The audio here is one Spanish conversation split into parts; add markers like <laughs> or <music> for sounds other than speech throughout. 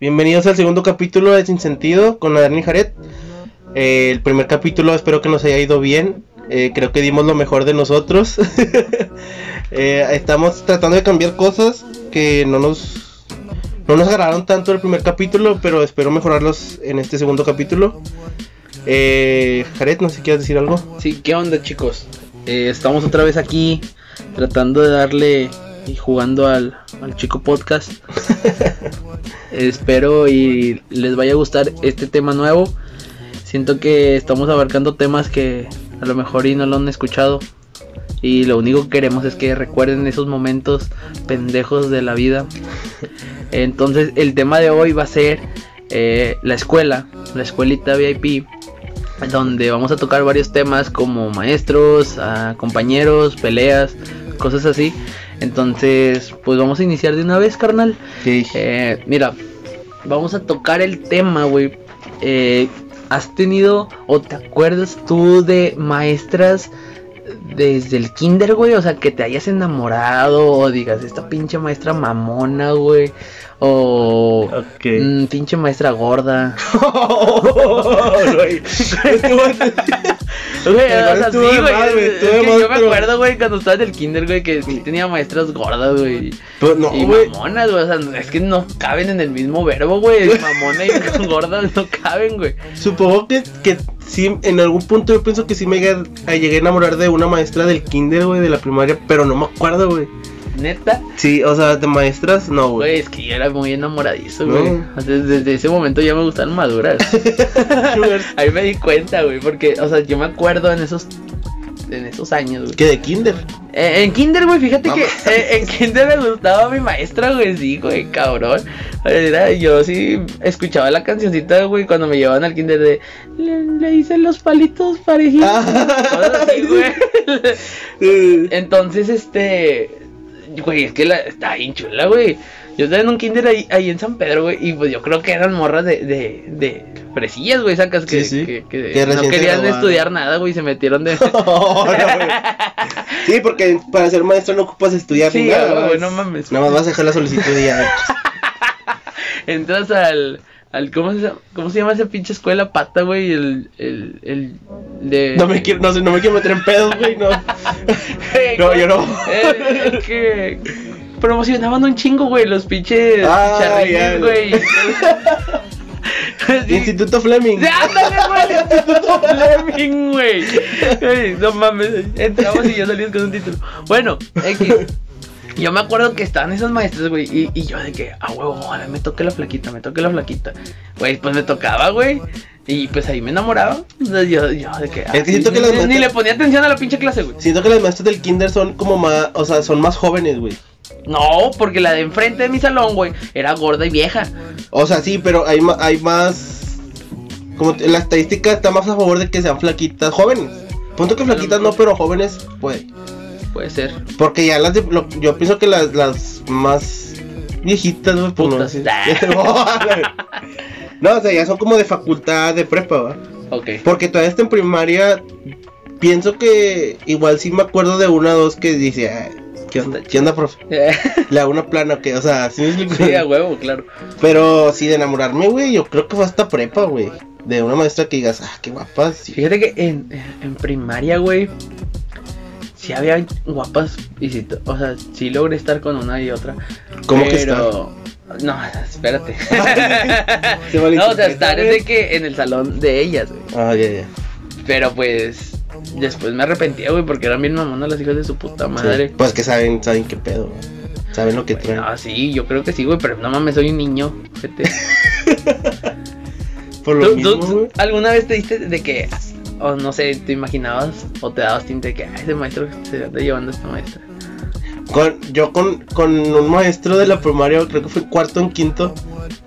Bienvenidos al segundo capítulo de Sin Sentido con Adrián y Jared. Eh, el primer capítulo espero que nos haya ido bien. Eh, creo que dimos lo mejor de nosotros. <laughs> Eh, estamos tratando de cambiar cosas que no nos no nos agarraron tanto el primer capítulo, pero espero mejorarlos en este segundo capítulo. Eh, Jared, no sé si quieres decir algo. Sí, ¿qué onda chicos? Eh, estamos otra vez aquí tratando de darle y jugando al, al chico podcast. Espero y les vaya a gustar este tema nuevo. Siento que estamos abarcando temas que a lo mejor y no lo han escuchado. Y lo único que queremos es que recuerden esos momentos pendejos de la vida. Entonces el tema de hoy va a ser eh, la escuela, la escuelita VIP, donde vamos a tocar varios temas como maestros, ah, compañeros, peleas, cosas así. Entonces, pues vamos a iniciar de una vez, carnal. Eh, mira, vamos a tocar el tema, güey. Eh, ¿Has tenido o te acuerdas tú de maestras desde el kinder, güey? O sea, que te hayas enamorado o digas, esta pinche maestra mamona, güey. O Ok. <laughs> mm, pinche maestra gorda. <laughs> Güey, o sea, Igual estuvo sí, de güey, más, güey, es- estuvo es de que más, yo me pero- acuerdo, güey, cuando estaba en el kinder, güey, que sí tenía maestras gordas, güey. Pero Pues no, y güey. mamonas, güey. O sea, es que no caben en el mismo <laughs> verbo, güey. Mamona y gorda no caben, güey. Supongo que, que sí, en algún punto yo pienso que sí me llegué a- llegué a enamorar de una maestra del kinder, güey, de la primaria, pero no me acuerdo, güey. Neta, Sí, o sea, de maestras, no, güey. güey, es que yo era muy enamoradizo, No. güey. O sea, desde ese momento ya me gustaron <laughs> maduras. Ahí me di cuenta, güey, porque, o sea, yo me acuerdo en esos, en esos años, güey. que de kinder. <laughs> <laughs> Eh, en kinder, güey, fíjate No que eh, en kinder me gustaba mi maestra, güey, sí, güey, cabrón. Era- yo sí escuchaba la cancioncita, güey, cuando me llevaban al kinder de... Le, le hice los palitos parejitos. Ah. cosas <laughs> así, güey. Entonces, este... Güey, es que la, está bien chula, güey. Yo estaba en un kinder ahí, ahí en San Pedro, güey, y pues yo creo que eran morras de... de, de fresillas, güey, sacas que, Sí, sí. que, que Que no recién se querían graduaban. estudiar nada, güey, se <laughs> metieron de... No, no, güey. sí, porque para ser maestro no ocupas estudiar Sí, ni nada. ah, güey, güey. no mames. Nada más vas a dejar la solicitud y <laughs> ya. Entras al. al ¿cómo, se, llama- ¿Cómo se llama esa pinche escuela pata, güey? El. El. El. De, No me quiero, no, sé, no me quiero meter en pedos, güey, <laughs> no. Eh, no, yo no. eh, eh, que promocionaban un chingo, güey, los pinches Ah, charrines, ya. <laughs> güey. Sí. Instituto Fleming. Sí, ándale, güey, Instituto Fleming, güey. Ey, No mames, entramos y ya salías con un título. Bueno, X. Yo me acuerdo que estaban esas maestras, güey, y, y yo de que, ah, huevo, ahora me toque la flaquita, me toque la flaquita. Güey, pues me tocaba, güey. Y pues ahí me enamoraba. Entonces yo, yo de que, ah, Es que siento ni- que las ni, maestras- ni le ponía atención a la pinche clase, güey. Siento que las maestras del kinder son como más, o sea, son más jóvenes, güey. No, porque la de enfrente de mi salón, güey, era gorda y vieja. O sea, sí, pero hay, ma- hay más. Como t- la estadística está más a favor de que sean flaquitas jóvenes. Punto que flaquitas no, pero jóvenes, pues. Puede ser. Porque ya las. de- lo- yo pienso que las, las más viejitas, güey, pues no. Putas. así- no, o sea, ya son como de facultad, de prepa, ¿va? Ok. <laughs> Porque todavía está en primaria. Pienso que igual sí me acuerdo de una o dos que dice, "Ah, ¿qué onda? ¿Qué onda, profe? Le hago una plana, que, o sea, sí me explico? sí, a huevo, claro. Pero sí, de enamorarme, güey, yo creo que fue hasta prepa, güey. De una maestra que digas, ah, qué guapa. sí". Fíjate que en, en primaria, güey, sí había guapas y sí, t- o sea, sí logré estar con una y otra. ¿Cómo que pero... No, <laughs> espérate. <laughs> Se no, o sea, malinterpreta, estar es güey. de que en el salón de ellas, güey. Ah, ya, ya. Pero pues, después me arrepentía, güey, porque eran bien mamonas las hijas de su puta Sí, madre. Pues que saben, saben qué pedo, güey. Saben lo que traen. Ah, sí, yo creo que sí, güey, pero no mames, soy un niño. Vete. Por <laughs> lo ¿Tú, mismo, tú- güey. alguna vez te diste de que, o no sé, te imaginabas o te dabas tinta de que "Ah, ese maestro se anda llevando a esta maestra? Con- yo con, con un maestro de la primaria, creo que fue cuarto en quinto.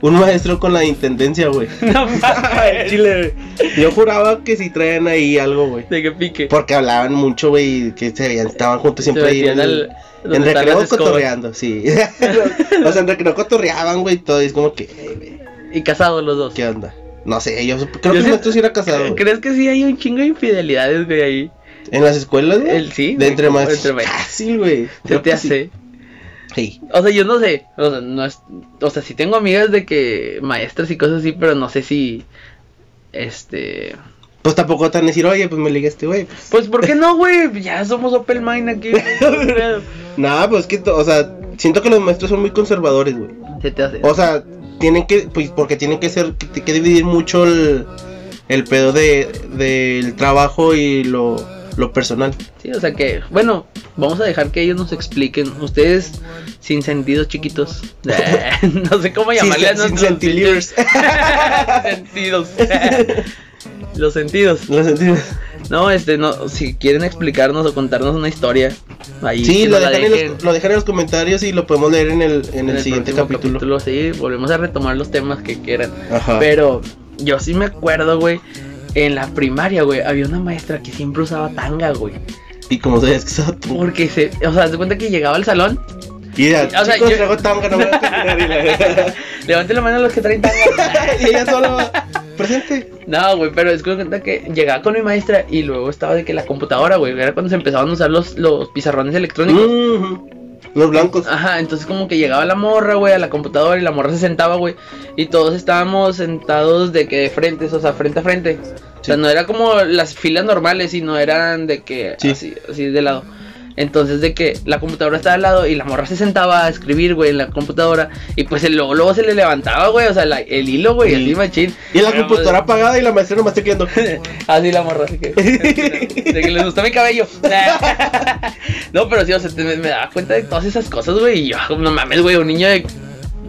Un maestro con la intendencia, güey. <laughs> No mames. Chile, Yo juraba que sí traían ahí algo, güey. De que pique. Porque hablaban mucho, güey, que se veían, estaban juntos Se siempre ahí. metían En, al- donde en están recreo las escobas. cotorreando, sí. <laughs> o sea, en recreo cotorreaban, güey, y todo. Y es como que, "Ey, güey, Y casados los dos. ¿qué onda? No sé, yo creo Yo que sí- el maestro sí era casado. güey. ¿Crees que sí hay un chingo de infidelidades, güey, ahí? En las escuelas, güey. El- sí, De güey, entre como maestros. entre maestros. Fácil, güey. Se Creo te que sí. hace. Sí. O sea, yo no sé. O sea, no es, o sea, sí tengo amigas de que maestras y cosas así, pero no sé si. Este. Pues tampoco te van a decir, oye, pues me ligué a este güey. Pues. Pues, ¿por qué no, güey? Ya somos Opel Mine aquí. <laughs> Nada, pues que, o sea, siento que los maestros son muy conservadores, güey. Se te hace. O sea, tienen que, pues porque tienen que ser, que, que dividir mucho el, el pedo de, del trabajo y lo, lo personal. Sí, o sea que, bueno, vamos a dejar que ellos nos expliquen. Ustedes, sin sentidos chiquitos. <laughs> no sé cómo llamarle a Sin- sin nuestros sentilivers. pinches- <laughs> sentidos. <laughs> Los sentidos. Lo sentí- No, este, no, si quieren explicarnos o contarnos una historia, ahí Sí, que lo nos la dejan, en dejen. los, lo dejan en los comentarios y lo podemos leer en el, en En el, siguiente próximo capítulo. Sí, volvemos a retomar los temas que quieran. Ajá. Pero yo sí me acuerdo, güey. En la primaria, güey, había una maestra que siempre usaba tanga, güey. Y como sabías que estaba tú. Porque se, o sea, se cuenta que llegaba al salón. Y ya, O sea, chicos, yo- traigo tanga, no me voy a caminar, y la- <laughs> Levante la mano los que traen tanga. <laughs> y ella solo presente. No, güey, pero es que me cuenta que llegaba con mi maestra y luego estaba de que la computadora, güey, era cuando se empezaban a usar los, los pizarrones electrónicos. Mhm. Los blancos. Ajá, entonces como que llegaba la morra, güey, a la computadora y la morra se sentaba, güey. Y todos estábamos sentados de que de frente, o sea, frente a frente. O sea, Sí. no era como las filas normales, sino eran de que Sí. así, así de lado. Entonces de que la computadora estaba al lado y la morra se sentaba a escribir, güey, en la computadora. Y pues el luego, luego se le levantaba, güey, o sea, la- el hilo, güey, Sí. así machín. Y la Pero, pues, computadora apagada y la maestra nomás tecleando. Así Ah, la morra, así que. <laughs> De que les gustó mi cabello. <laughs> No, pero sí, o sea, te- me, me daba cuenta de todas esas cosas, güey. Y yo, "Ah, no mames, güey, un niño de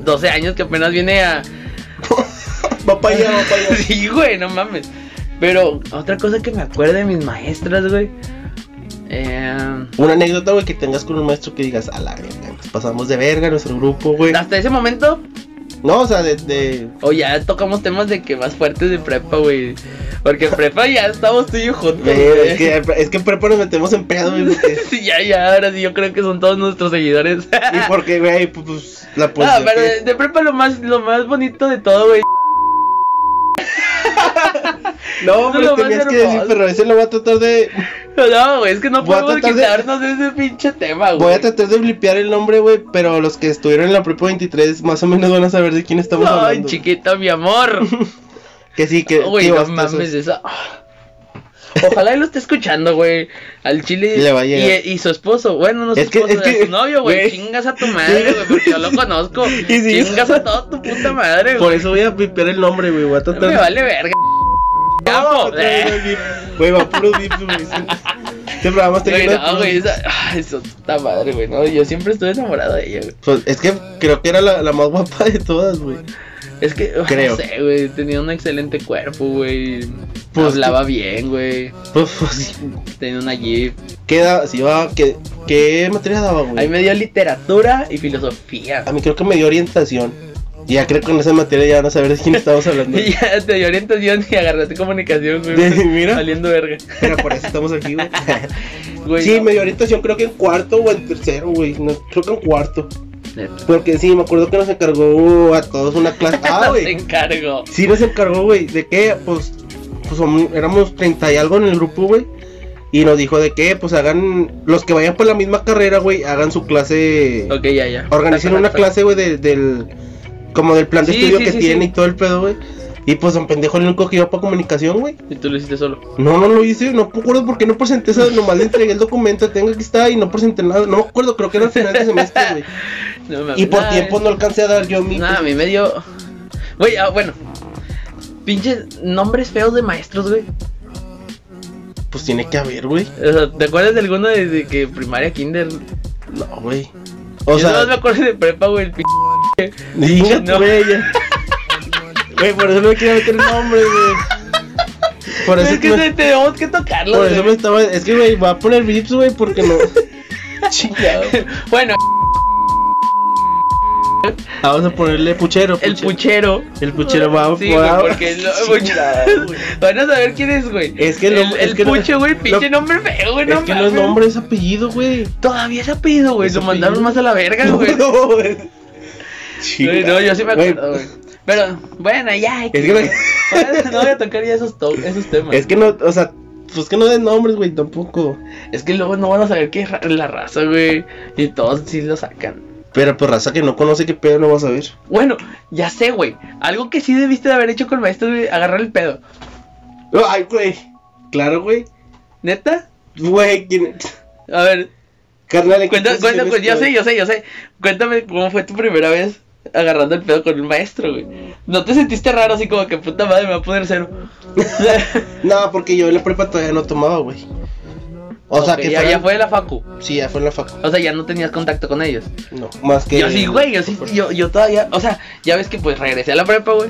12 años que apenas viene a. Va para allá, va para allá. <laughs> Sí, güey, no mames. Pero otra cosa que me acuerdo de mis maestras, güey. Eh, Una anécdota, güey, que tengas con un maestro que digas, a la verga, nos pasamos de verga nuestro grupo, güey. hasta ese momento, No, o sea, de. de- o ya tocamos temas de que más fuertes de prepa, güey. Porque en prepa ya estamos tú y yo juntos. Verga, güey. es, que, es que en prepa nos metemos en pedo, güey. porque- <laughs> Sí, ya, ya, ahora sí, yo creo que son todos nuestros seguidores. <laughs> Y porque, güey, pues la Ah, posición. pero que- de, de prepa lo más, lo más bonito de todo, güey. No, Eso es pero lo más tenías que decir, hermoso. pero ese lo voy a tratar de. No, güey, es que no Voy a podemos tratar de- quitarnos de ese pinche tema, güey. Voy a tratar de blipear el nombre, güey. Pero los que estuvieron en la prepa 23, más o menos van a saber de quién estamos Ay, hablando. chiquita, mi amor. <laughs> Que sí, que. Güey, que no basta, mames, eso. esa. Ojalá él lo esté escuchando, güey. Al chile. Le va a llegar. Y, y su esposo. Bueno, no su Es que- esposo, es que- a su novio, güey. güey. Chingas a tu madre, güey, porque yo lo conozco. Y sí. Chingas a toda tu puta madre, Por güey. eso voy a blipear el nombre, güey. Voy a tratar <laughs> Me vale verga. Te amo. de. Güey, va puro beeps, güey. Este programa está Güey, lleno de no, puros güey, beeps. esa, ay, su puta madre, güey, no, yo siempre estuve enamorado de ella, güey. Pues es que creo que era la, la más guapa de todas, güey. Es que, <laughs> Creo. no sé, güey, tenía un excelente cuerpo, güey. Pues, Hablaba bien, güey. Pues, pues, Tenía una jeep. ¿qué, da- si va, ¿qué, qué materia daba, A mí güey? me dio literatura y filosofía. A mí creo que me dio orientación. Y ya creo que con esa materia ya van a saber de quién estamos hablando. <laughs> Y <laughs> ya te dio orientación y agarraste comunicación, güey. De- <laughs> mira. Saliendo verga. Pero por eso estamos aquí, güey. Güey, Sí, no. me dio orientación creo que en cuarto o en tercero, güey. No, creo que en cuarto. Neta, Porque sí, me acuerdo que nos encargó uh, a todos una clase. Ah, <laughs> nos güey. encargo. Sí nos encargó, güey. ¿De qué? Pues, pues som- éramos 30 y algo en el grupo, güey. Y nos dijo de que, pues hagan, los que vayan por la misma carrera, güey, hagan su clase. Ok, ya, ya. Organicen Saca, una saca. clase, güey, de- del. Como del plan de Sí, estudio sí, que sí, tienen sí. y todo el pedo, güey. Y pues, un pendejo el único que iba para comunicación, güey. Y tú lo hiciste solo. No, no lo hice, no me acuerdo por qué no presenté eso, nomás le entregué el documento, tengo que estar y no presenté nada, no me acuerdo, creo que era al final de semestre, güey. No mames, Y por nah, tiempo no alcancé a dar yo mi... Nada, a mí me dio. Güey, ah, bueno. Pinches nombres feos de maestros, güey. Pues tiene que haber, güey. O sea, ¿te acuerdas de alguno desde que primaria, kinder? No, güey. O Yo no me sea, acuerdo de prepa, güey. El p... diga No. tú, <laughs> güey. ya. Güey, por eso no me quería meter el nombre, güey. Por Es eso, que me- se- tenemos que tocarlo, por eso me güey. estaba... Es que, güey, va a poner vips, güey, porque <laughs> no... Chingado. Bueno, Ah, Vamos a ponerle puchero. el puchero. El puchero va Sí, va- güey, porque lo- Chingado, güey. Van a saber quién es, güey. Es que el, lo- el, es que lo- puche, güey, lo- pinche nombre feo, güey. Es <laughs> no que no mames. es nombre, es apellido, güey. Todavía se ha pedido, güey. Es Lo mandaron apellido. más a la verga, güey. No, no, güey. Güey, no, yo sí me Güey, acuerdo, güey. Pero, bueno, ya. Es que, no- <laughs> Ahora No voy a tocar ya esos, to- esos temas. es que no, o sea, pues que no den nombres, güey, tampoco. Es que luego no van a saber qué es ra- la raza, güey. Y todos sí lo sacan. Pero pues raza que no conoce qué pedo no vas a ver. Bueno, ya sé, güey. Algo que sí debiste de haber hecho con el maestro, güey, agarrar el pedo. Ay, güey. Claro, güey. ¿Neta? Güey, ¿quién- A ver, carnal, ¿en qué cuenta, posición cuenta, cu- yo estoy? sé, yo sé, yo sé. Cuéntame cómo fue tu primera vez agarrando el pedo con un maestro, güey. ¿No te sentiste raro así como que puta madre me va a poner cero? No, porque yo en la prepa todavía no tomaba, güey. <laughs> O sea, Ok, que ya, fuera- ya fue de la facu. Sí, ya fue en la facu. O sea, ya no tenías contacto con ellos. No, más que. Yo sí, güey, yo sí, <laughs> yo, yo todavía, o sea, ya ves que pues regresé a la prepa, güey.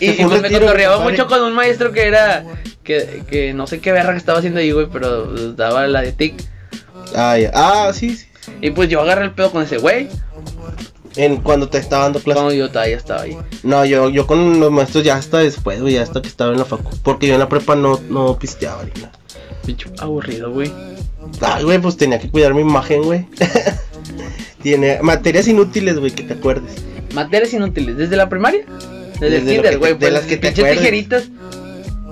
Y, y, pues me cotorreaba mucho con un maestro que era, que, que no sé qué verga que estaba haciendo ahí, güey, pero pues, daba la de tic. Ah, ya. Ah, sí, sí. Y pues yo agarré el pedo con ese güey, En cuando te estaba dando clases. cuando yo todavía estaba ahí. No, yo, yo con los maestros ya hasta después, güey, ya hasta que estaba en la facu. Porque yo en la prepa no, no pisteaba ni nada. Pinche aburrido, güey. Ay, güey, pues tenía que cuidar mi imagen, güey. <laughs> Tiene materias inútiles, güey, que te acuerdes. Materias inútiles, desde la primaria, Desde desde, el lo que te- kinder, güey. de pues, las que te pinches acuerdes. Ah, tijeritas,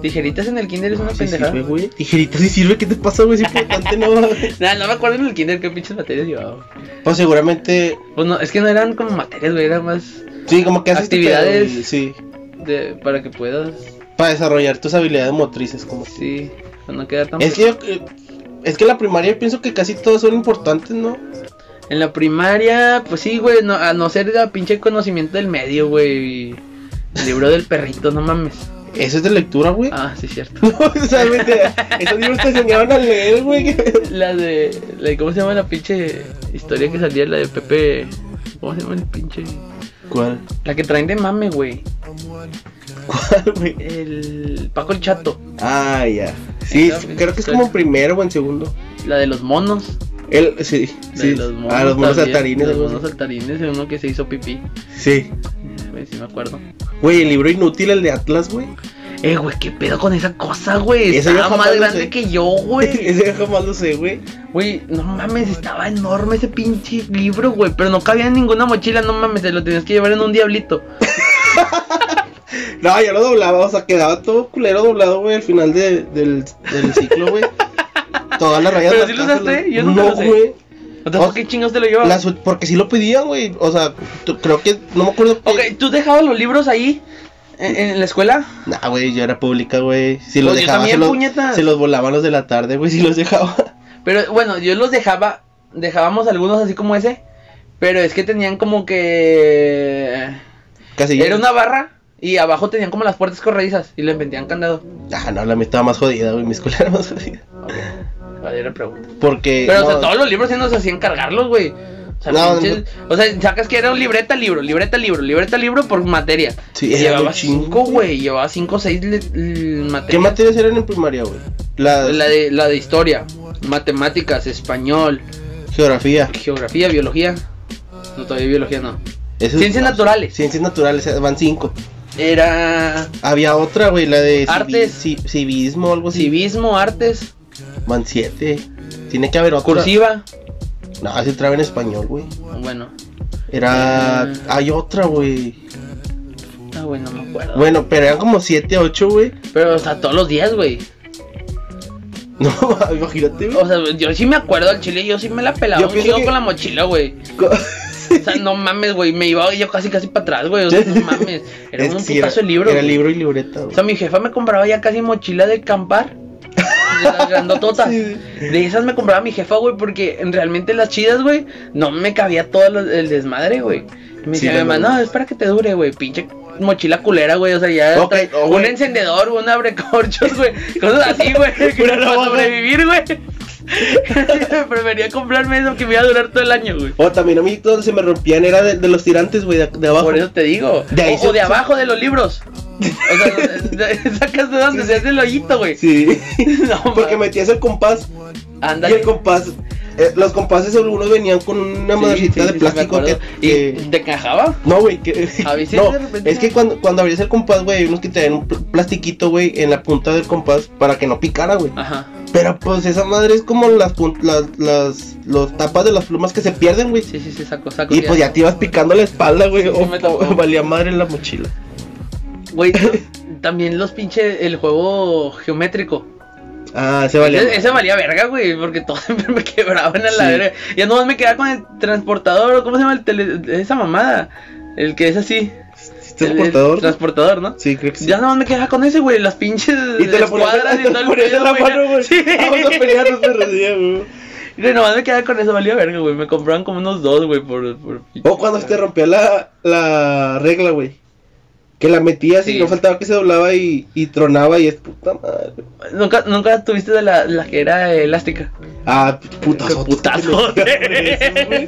tijeritas en el kinder es una Sí pendejada. sirve, güey. Tijerita sí sirve, ¿qué te pasa, güey? Es importante, ¿no? <laughs> Nah, no me acuerdo en el kinder qué pinches materias llevaba. güey. pues seguramente, Pues no, es que no eran como materias, güey, era más sí, como que haces este pedo, Actividades. güey, sí. de, para que puedas Para desarrollar tus habilidades motrices, como. Sí, para no quedar tan. Es que yo, eh, es que en la primaria pienso que casi todos son importantes, ¿no? En la primaria, pues sí, güey, no, a no ser la pinche conocimiento del medio, güey. y El libro del perrito, no mames. Eso es de lectura, güey. Ah, sí, cierto. <laughs> No, o sea, vete, esos libros te enseñaron a leer, <laughs> güey. La de, la de- ¿Cómo se llama la pinche historia que salía? La de Pepe. ¿Cómo se llama el pinche? ¿Cuál? <laughs> La que traen de mame, güey. ¿Cuál, güey? El. Paco el Chato. Ah, ya. Sí, Esa, güey, creo que es suena. como en primero o en segundo. La de los monos. Él, sí, La sí. de los monos. a los monos también, saltarines. Los algo monos así. saltarines, el uno que se hizo pipí. Eh, Sí. Güey, sí me acuerdo. Güey, el libro inútil, el de Atlas, güey. Eh, güey, qué pedo con esa cosa, güey. Ese yo Estaba jamás más lo grande sé. que yo, güey. <laughs> Ese jamás lo sé, güey. Güey, no mames, estaba enorme ese pinche libro, güey. Pero no cabía en ninguna mochila, no mames, te lo tenías que llevar en un diablito. No, yo lo doblaba, o sea, quedaba todo culero doblado, güey, al final de- del, del ciclo, <laughs> güey. Todas las rayas. Pero sí lo marcadas, usaste, güey. yo nunca no, lo usé. güey. Entonces, ¿por qué chingados te lo llevabas? Las- porque sí lo pedían, güey. O sea, tú- creo que. No me acuerdo. que- Ok, ¿tú dejabas los libros ahí en, en la escuela? Nah, güey, yo era pública, güey. Si los Pues yo dejaba, también, se, los, puñetas. se los volaban los de la tarde, güey, si los dejaba. <laughs> Pero bueno, yo los dejaba, dejábamos algunos así como ese. Pero es que tenían como que... Casi. Era una barra y abajo tenían como las puertas corredizas y les vendían candado. Ah, no, la mía estaba más jodida, güey. Mi escuela era más jodida. Vale, era pregunta. Porque. Pero, o no, sea, todos los libros sí nos hacían cargarlos, güey. O sea, No, pinches- o sea, sacas que era un libreta, libro, libreta, libro, libreta, libro por materia. Sí, Y era llevaba un chingo, cinco, güey. güey. Llevaba cinco o seis le- l- materias. ¿Qué materias eran en primaria, güey? La, Pues La de, la de historia, matemáticas, español, geografía. geografía, biología. No, todavía biología no. Eso- Ciencias naturales. Ciencias naturales, eh, van cinco. Era Había otra, güey, la de. civi- Artes. ci- civismo, algo así. civismo, artes, Van siete. Tiene que haber otra. cursiva. No, se traba en español, güey. Bueno, Era. Ah. Hay otra, güey. ah, bueno, no me acuerdo. Bueno, pero eran como siete, ocho, güey. <laughs> Pero, o sea, todos los días, güey. No, imagínate, güey. O sea, yo sí me acuerdo al chile, yo sí me la pelaba Yo un pienso chingo que- con la mochila, güey. O sea, <laughs> no mames, güey. Me iba yo casi, casi para atrás, güey. O sea, no mames. Era Es un que sí, putazo de libro. Era güey. libro y libreta, güey. O sea, mi jefa me compraba ya casi mochila de campar. De las <laughs> grandototas. Sí. De esas me compraba mi jefa, güey, porque realmente las chidas, güey, no me cabía todo lo- el desmadre, güey. Me Sí, decía mi la mamá, verdad. no, es para que te dure, güey, pinche mochila culera, güey, o sea, ya Ok, hasta oh, un güey. encendedor, un abrecorchos, <laughs> güey, cosas así, güey, que Una para navaja. sobrevivir, güey. <laughs> Prefería comprarme eso que me iba a durar todo el año, güey. O también a mí donde se me rompían era de, de los tirantes, güey, de, de abajo. Por eso te digo. De ahí o, se- o de abajo de los libros. O sea, <laughs> de- de- sacas de donde se hace el hoyito, güey. Sí. <laughs> No, Porque mames. metías el compás y Ándale. el compás. eh, los compases algunos venían con una Sí, madrecita sí, de sí, plástico me que. acuerdo. que- ¿Y te encajaba? No, güey, que. <laughs> A veces no, de repente- es que cuando, cuando abrías el compás, güey, hay unos que tenían un pl- plastiquito, güey, en la punta del compás para que no picara, güey. Ajá. Pero pues esa madre es como las, pun- las, las los tapas de las plumas que se pierden, güey. Sí, sí, sí, saco, saco. Y pues ya te ibas picando la espalda, güey. Sí, sí o- me tocó. o <laughs> valía madre en la mochila. Güey, también los pinche, el juego geométrico. E-, Ah, ese valía. Ese, ese valía verga, güey, porque todos <laughs> siempre me quebraban a la Sí. verga. Ya nomás me quedaba con el transportador, ¿cómo se llama el tele- esa mamada? El que es así. ¿Este el- el transportador? transportador, ¿no? Sí, creo que sí. Ya nomás me quedaba con ese, güey, las pinches Y te la ponías escuadras y te todo el la ponías en pedo, la güey. mano, güey. Sí. Vamos <laughs> a pelearnos pero sí, güey. Y nomás me quedaba con eso, valía verga, güey. Me compraban como unos dos, güey, por, por... O cuando se te rompía la, la regla, güey. Que la metías Sí. y no faltaba que se doblaba y, y tronaba y es puta madre. ¿Nunca, nunca tuviste de la, la que era elástica. Ah, putazo. Putazo. <laughs>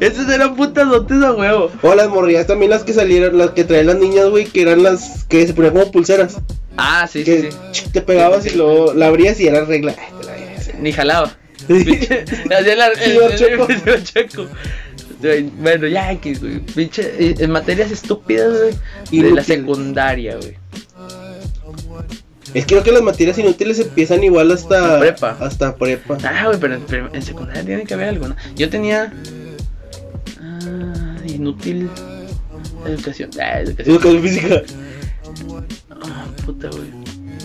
Esas eran putazotes a huevo. O las morrillas también las que salieron, las que traían las niñas, güey, que eran las que se ponían como pulseras. Ah, sí, sí, que sí. ch, te pegabas y luego la abrías y era regla. Ay, te la abrías. Ni jalaba. Sí. <laughs> Pinche- hacía la- el- Iba chueco. el- iba chueco. Güey, Bueno, ya que, güey. Pinche, eh, en materias estúpidas, güey. De la Inútiles. secundaria, güey. Es que creo que las materias inútiles empiezan igual hasta En prepa. Hasta prepa. Ah, güey, pero en, prim- en secundaria tiene que haber alguna. Yo tenía. ah, inútil. Educación. Ah, educación. Educación física. Ah, puta, güey.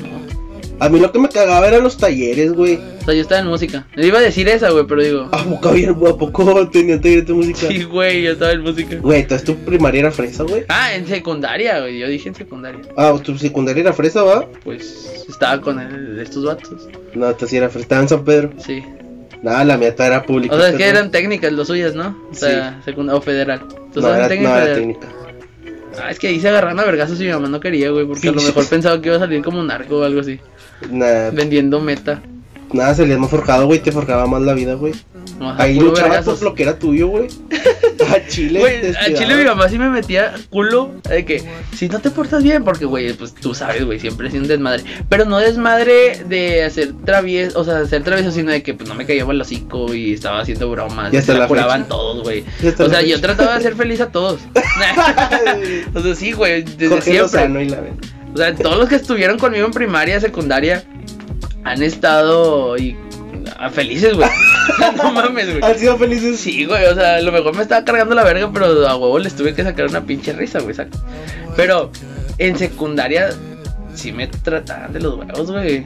No. A mí lo que me cagaba eran los talleres, güey. O sea, yo estaba en música. Le iba a decir esa, güey, pero digo. ¿A poco, había- ¿A poco tenía talleres de Ah, música? <laughs> Sí, güey, yo estaba en música. Güey, entonces tu primaria era fresa, güey. Ah, en secundaria, güey. Yo dije en secundaria. Ah, tu secundaria era fresa, ¿va? Pues estaba con el- estos vatos. No, esta sí era fresa. Estaba en San Pedro. Sí. Nada, la mía toda era pública. O sea, es que perdón. eran técnicas los suyas, ¿no? O sea, secundaria o federal. Entonces No, eran era, técnicas no, era federal. técnica. Ah, es que ahí se agarraron a vergazos y mi mamá no quería, güey, porque a lo Pinches. mejor pensaba que iba a salir como un narco o <laughs> algo así. Nada, Vendiendo meta. nada, se más forjado, güey. Te forjaba más la vida, güey. No, ajá, Ahí puro luchabas vergazos. por lo que era tuyo, <laughs> güey. A Chile. Güey, te a Chile mi cuidaba. mamá sí me metía culo de que si no te portas bien, porque güey, pues tú sabes, güey, siempre es un desmadre. Pero no desmadre de hacer travieso, o sea, hacer travieso, sino de que pues no me caía el hocico y estaba haciendo bromas. Y hasta se la curaban fecha. todos, güey. Y hasta O la sea, yo fecha. trataba de hacer feliz <laughs> a todos. o sea, sí, güey, desde Jorge siempre. Lozano y la ven. O sea, todos los que estuvieron conmigo en primaria, secundaria, han estado y ah, felices, güey. <laughs> O sea, no mames, güey. Han sido felices. Sí, güey, o sea, a lo mejor me estaba cargando la verga, pero a huevo les tuve que sacar una pinche risa, güey, saco. Pero en secundaria sí me trataban de los huevos, güey.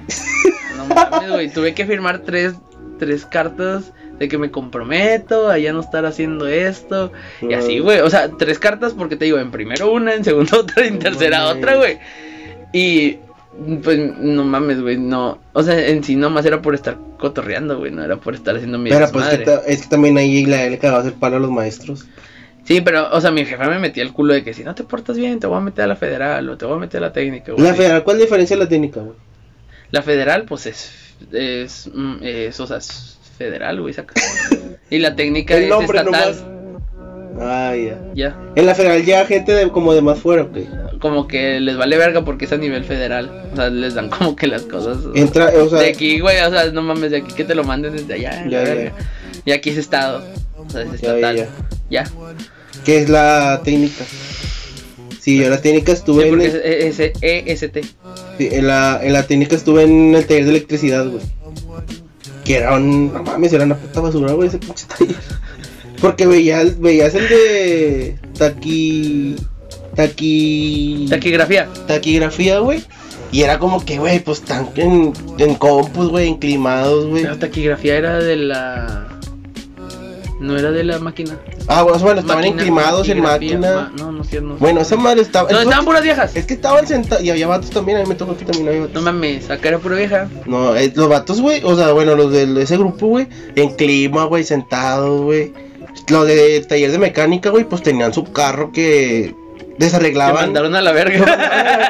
No mames, güey, tuve que firmar tres, tres cartas de que me comprometo a ya no estar haciendo esto. Y así, güey, o sea, tres cartas porque te digo, en primero una, en segundo <laughs> otra, en tercera mames. otra, güey. Y pues no mames, güey, no. O sea, en sí nomás era por estar cotorreando, güey, no era por estar haciendo mi Pero pues que desmadre. ta- es que también ahí la L cagaba hacer palo a los maestros. Sí, pero, o sea, mi jefa me metía el culo de que si no te portas bien, te voy a meter a la federal o te voy a meter a la técnica, güey. La federal, ¿cuál es la diferencia de la técnica, güey? La federal, pues es, es, mm, es, o sea, es federal, güey, saca. y la técnica El es nombre estatal. nomás. Ah, ya. Ya, En la federal ya gente de, como de más fuera, ok. como que les vale verga porque es a nivel federal. O sea, les dan como que las cosas. o sea, Entra, o sea, de aquí, güey, o sea, no mames, de aquí que te lo manden desde allá. la Ya, ya. verga. Y aquí es estado. O sea, ya, es ya, estatal. ya. ya. ¿Qué es la técnica? Sí, yo la técnica Sí, estuve en, porque el- es, E es- es EST. sí, en la, en la técnica estuve en el taller de electricidad, güey. Que era un, no mames, era una puta basura, güey, ese pinche taller. Porque veías, veías el de taqui, taqui, Taquigrafía. taquigrafía, güey. Y era como que, güey, pues tan en, en compus, güey, en climados, güey. La taquigrafía era de la. No era de la máquina. Ah, bueno, bueno, estaban Máquina, enclimados en taquigrafía, máquina. ma- no, no, sí, no. Bueno, esa madre estaba. no, es- estaban puras viejas. Es que estaban sentados. Y había vatos también, a mí me tocó que también había No vatos. mames, acá era pura vieja. No, eh, los vatos, güey, o sea, bueno, los de de ese grupo, güey, en clima, güey, sentados, güey. Los de taller de mecánica, güey, pues tenían su carro que Te desarreglaban. mandaron a la verga.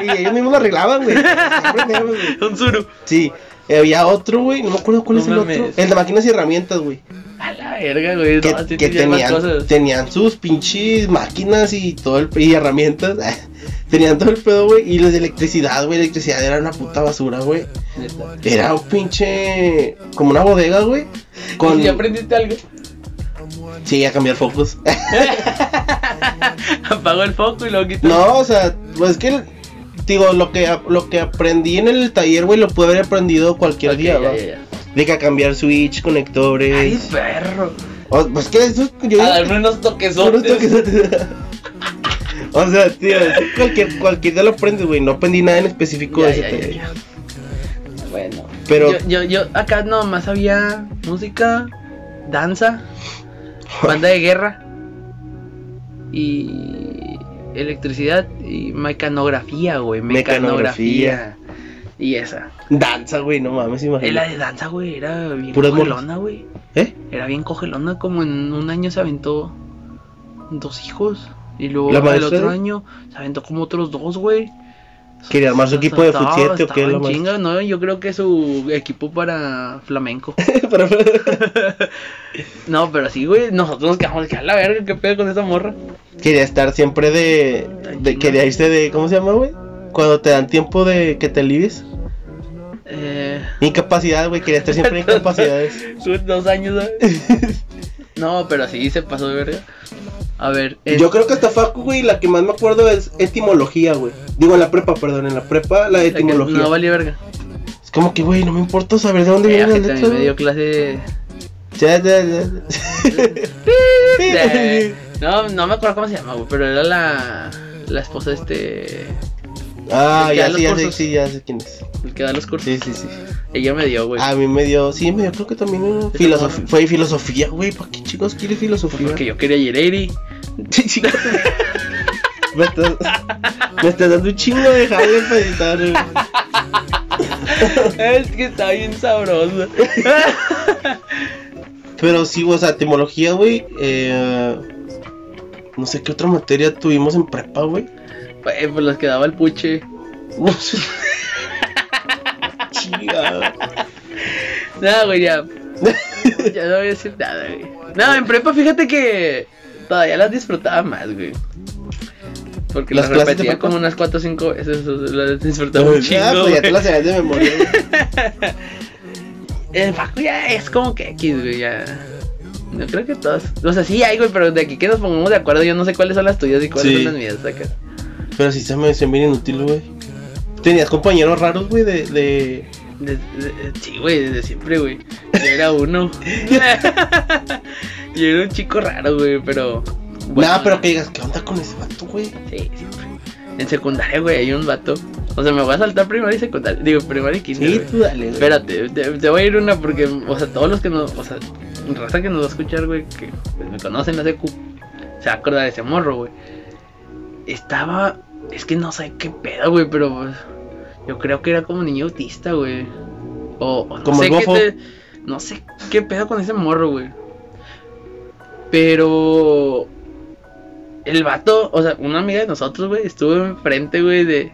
<laughs> <laughs> y ellos mismos lo arreglaban, güey. Siempre tenían, güey. Un suru. Sí, eh, había otro, güey, no me acuerdo cuál No es el mames. otro. El de máquinas y herramientas, güey. A la verga, güey. que no, así que tenían más tenían, cosas. tenían sus pinches máquinas y todo el y herramientas. <laughs> tenían todo el pedo, güey. Y los de electricidad, güey. Electricidad era una puta basura, güey. Neta. Era un pinche. como una bodega, güey. Con. ¿Y aprendiste algo? <laughs> Sí, a cambiar focos. <laughs> Apagó el foco y luego quitó. no, o sea, pues es que. el- Digo, lo que, a- lo que aprendí en el taller, güey, lo pude haber aprendido cualquier Ok, día, ya, ¿va? ya, ya. De que a cambiar switch, conectores. Ay, perro. O- pues que eso yo digo A que- darme unos Son los toquesotes. toques- <laughs> O sea, tío, sí, cualquier, cualquier día lo aprendes, güey. No aprendí nada en específico Ya, de ese ya, ya, taller. ya. Bueno. Pero- Yo, yo, yo acá nomás había música, danza, banda de guerra y electricidad y mecanografía, güey. Mecanografía. Mecanografía. Y esa. Danza, güey, no mames, Eh, La imagínate. de danza, güey, era bien Puras morras. cogelona, güey. ¿Eh? Era bien cogelona, como en un año se aventó dos hijos. Y luego ¿La el maestra, otro eh? año se aventó como otros dos, güey. ¿Quería armar su equipo de Estaba- futsiete o qué, estaba la en maestra? chinga, no, yo creo que su equipo para <laughs> flamenco. Pero- No, pero sí, güey, nosotros nos quedamos que a la verga, qué pedo con esa morra. quería estar siempre de, de- Quería irse de. ¿Cómo se llama, güey? Cuando te dan tiempo de que te libres. Eh, Incapacidad, güey. Quería estar siempre en <laughs> incapacidades. tuve dos años, ¿sabes? <laughs> No, pero sí se pasó de verga. A ver, en- Yo creo que hasta Facu, güey, la que más me acuerdo es etimología, güey. Digo, en la prepa, perdón, en la prepa, la de la que etimología. No valía verga. Es como que, güey, no me importa saber de dónde Eh, viene la gente, a mí letra. me güey. dio clase de- Ya, ya, ya. <laughs> de- No, no me acuerdo cómo se llama, güey, pero era la, la esposa de este. Ah, El que da ya, los sí, ya sé, cursos. sí, ya sé quién es. El que da los cursos. Sí, Ah, sí, sí. Ella me dio, güey. A mí me dio, sí, me dio, creo que también una Esa filosof- morra. fue filosofía, güey. ¿Para qué chicos quiere filosofía? porque yo quería Yereiri. Sí, sí. me, estás, me estás dando un chingo de jale para editar, güey. es que está bien sabroso. Pero sí, o sea, etimología, güey. eh, no sé qué otra materia tuvimos en prepa, güey. Eh, pues los que daba el puche. No <laughs> sé. Chingada. Nada, güey, <laughs> ya. ya no voy a decir nada, güey. No, en prepa, fíjate que todavía las disfrutaba más, güey. Porque ¿Las las, clases de repetía prepa? como unas 4 o 5 veces. o sea, Las disfrutaba <laughs> Ah, un chingo. pues ya te güey. la sabes de memoria. güey. El Facu ya es como que X, güey, ya. No creo que todas. O sea, sí hay, güey, pero de aquí que nos pongamos de acuerdo, yo no sé cuáles son las tuyas y cuáles Sí. son las mías, acá. Pero sí se me hacen bien inútil, güey. Tenías compañeros raros, güey, de, de... De- de- sí, güey, desde siempre, güey. Yo era uno. <laughs> Yo era un chico raro, güey, pero. bueno, Nada, pero que digas, ¿qué onda con ese vato, güey? Sí, siempre. En secundaria, güey, hay un vato. O sea, me voy a saltar primaria y secundaria. Digo, primaria y quinta. Sí, tú dale, güey. Espérate, te, te voy a ir una porque, o sea, todos los que nos, o sea, raza que nos va a escuchar, güey, que pues, me conocen hace Q, se va a acordar de ese morro, güey. Estaba, es que no sé qué pedo, güey, pero pues, yo creo que era como niño autista, güey. O, o no Como sé el qué Bofo. te- no sé qué pedo con ese morro, güey. Pero el vato, o sea, una amiga de nosotros, güey, estuvo enfrente, güey, de,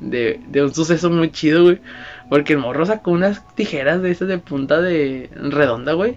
de, de un suceso muy chido, güey. Porque el morro sacó unas tijeras de esas de punta de redonda, güey.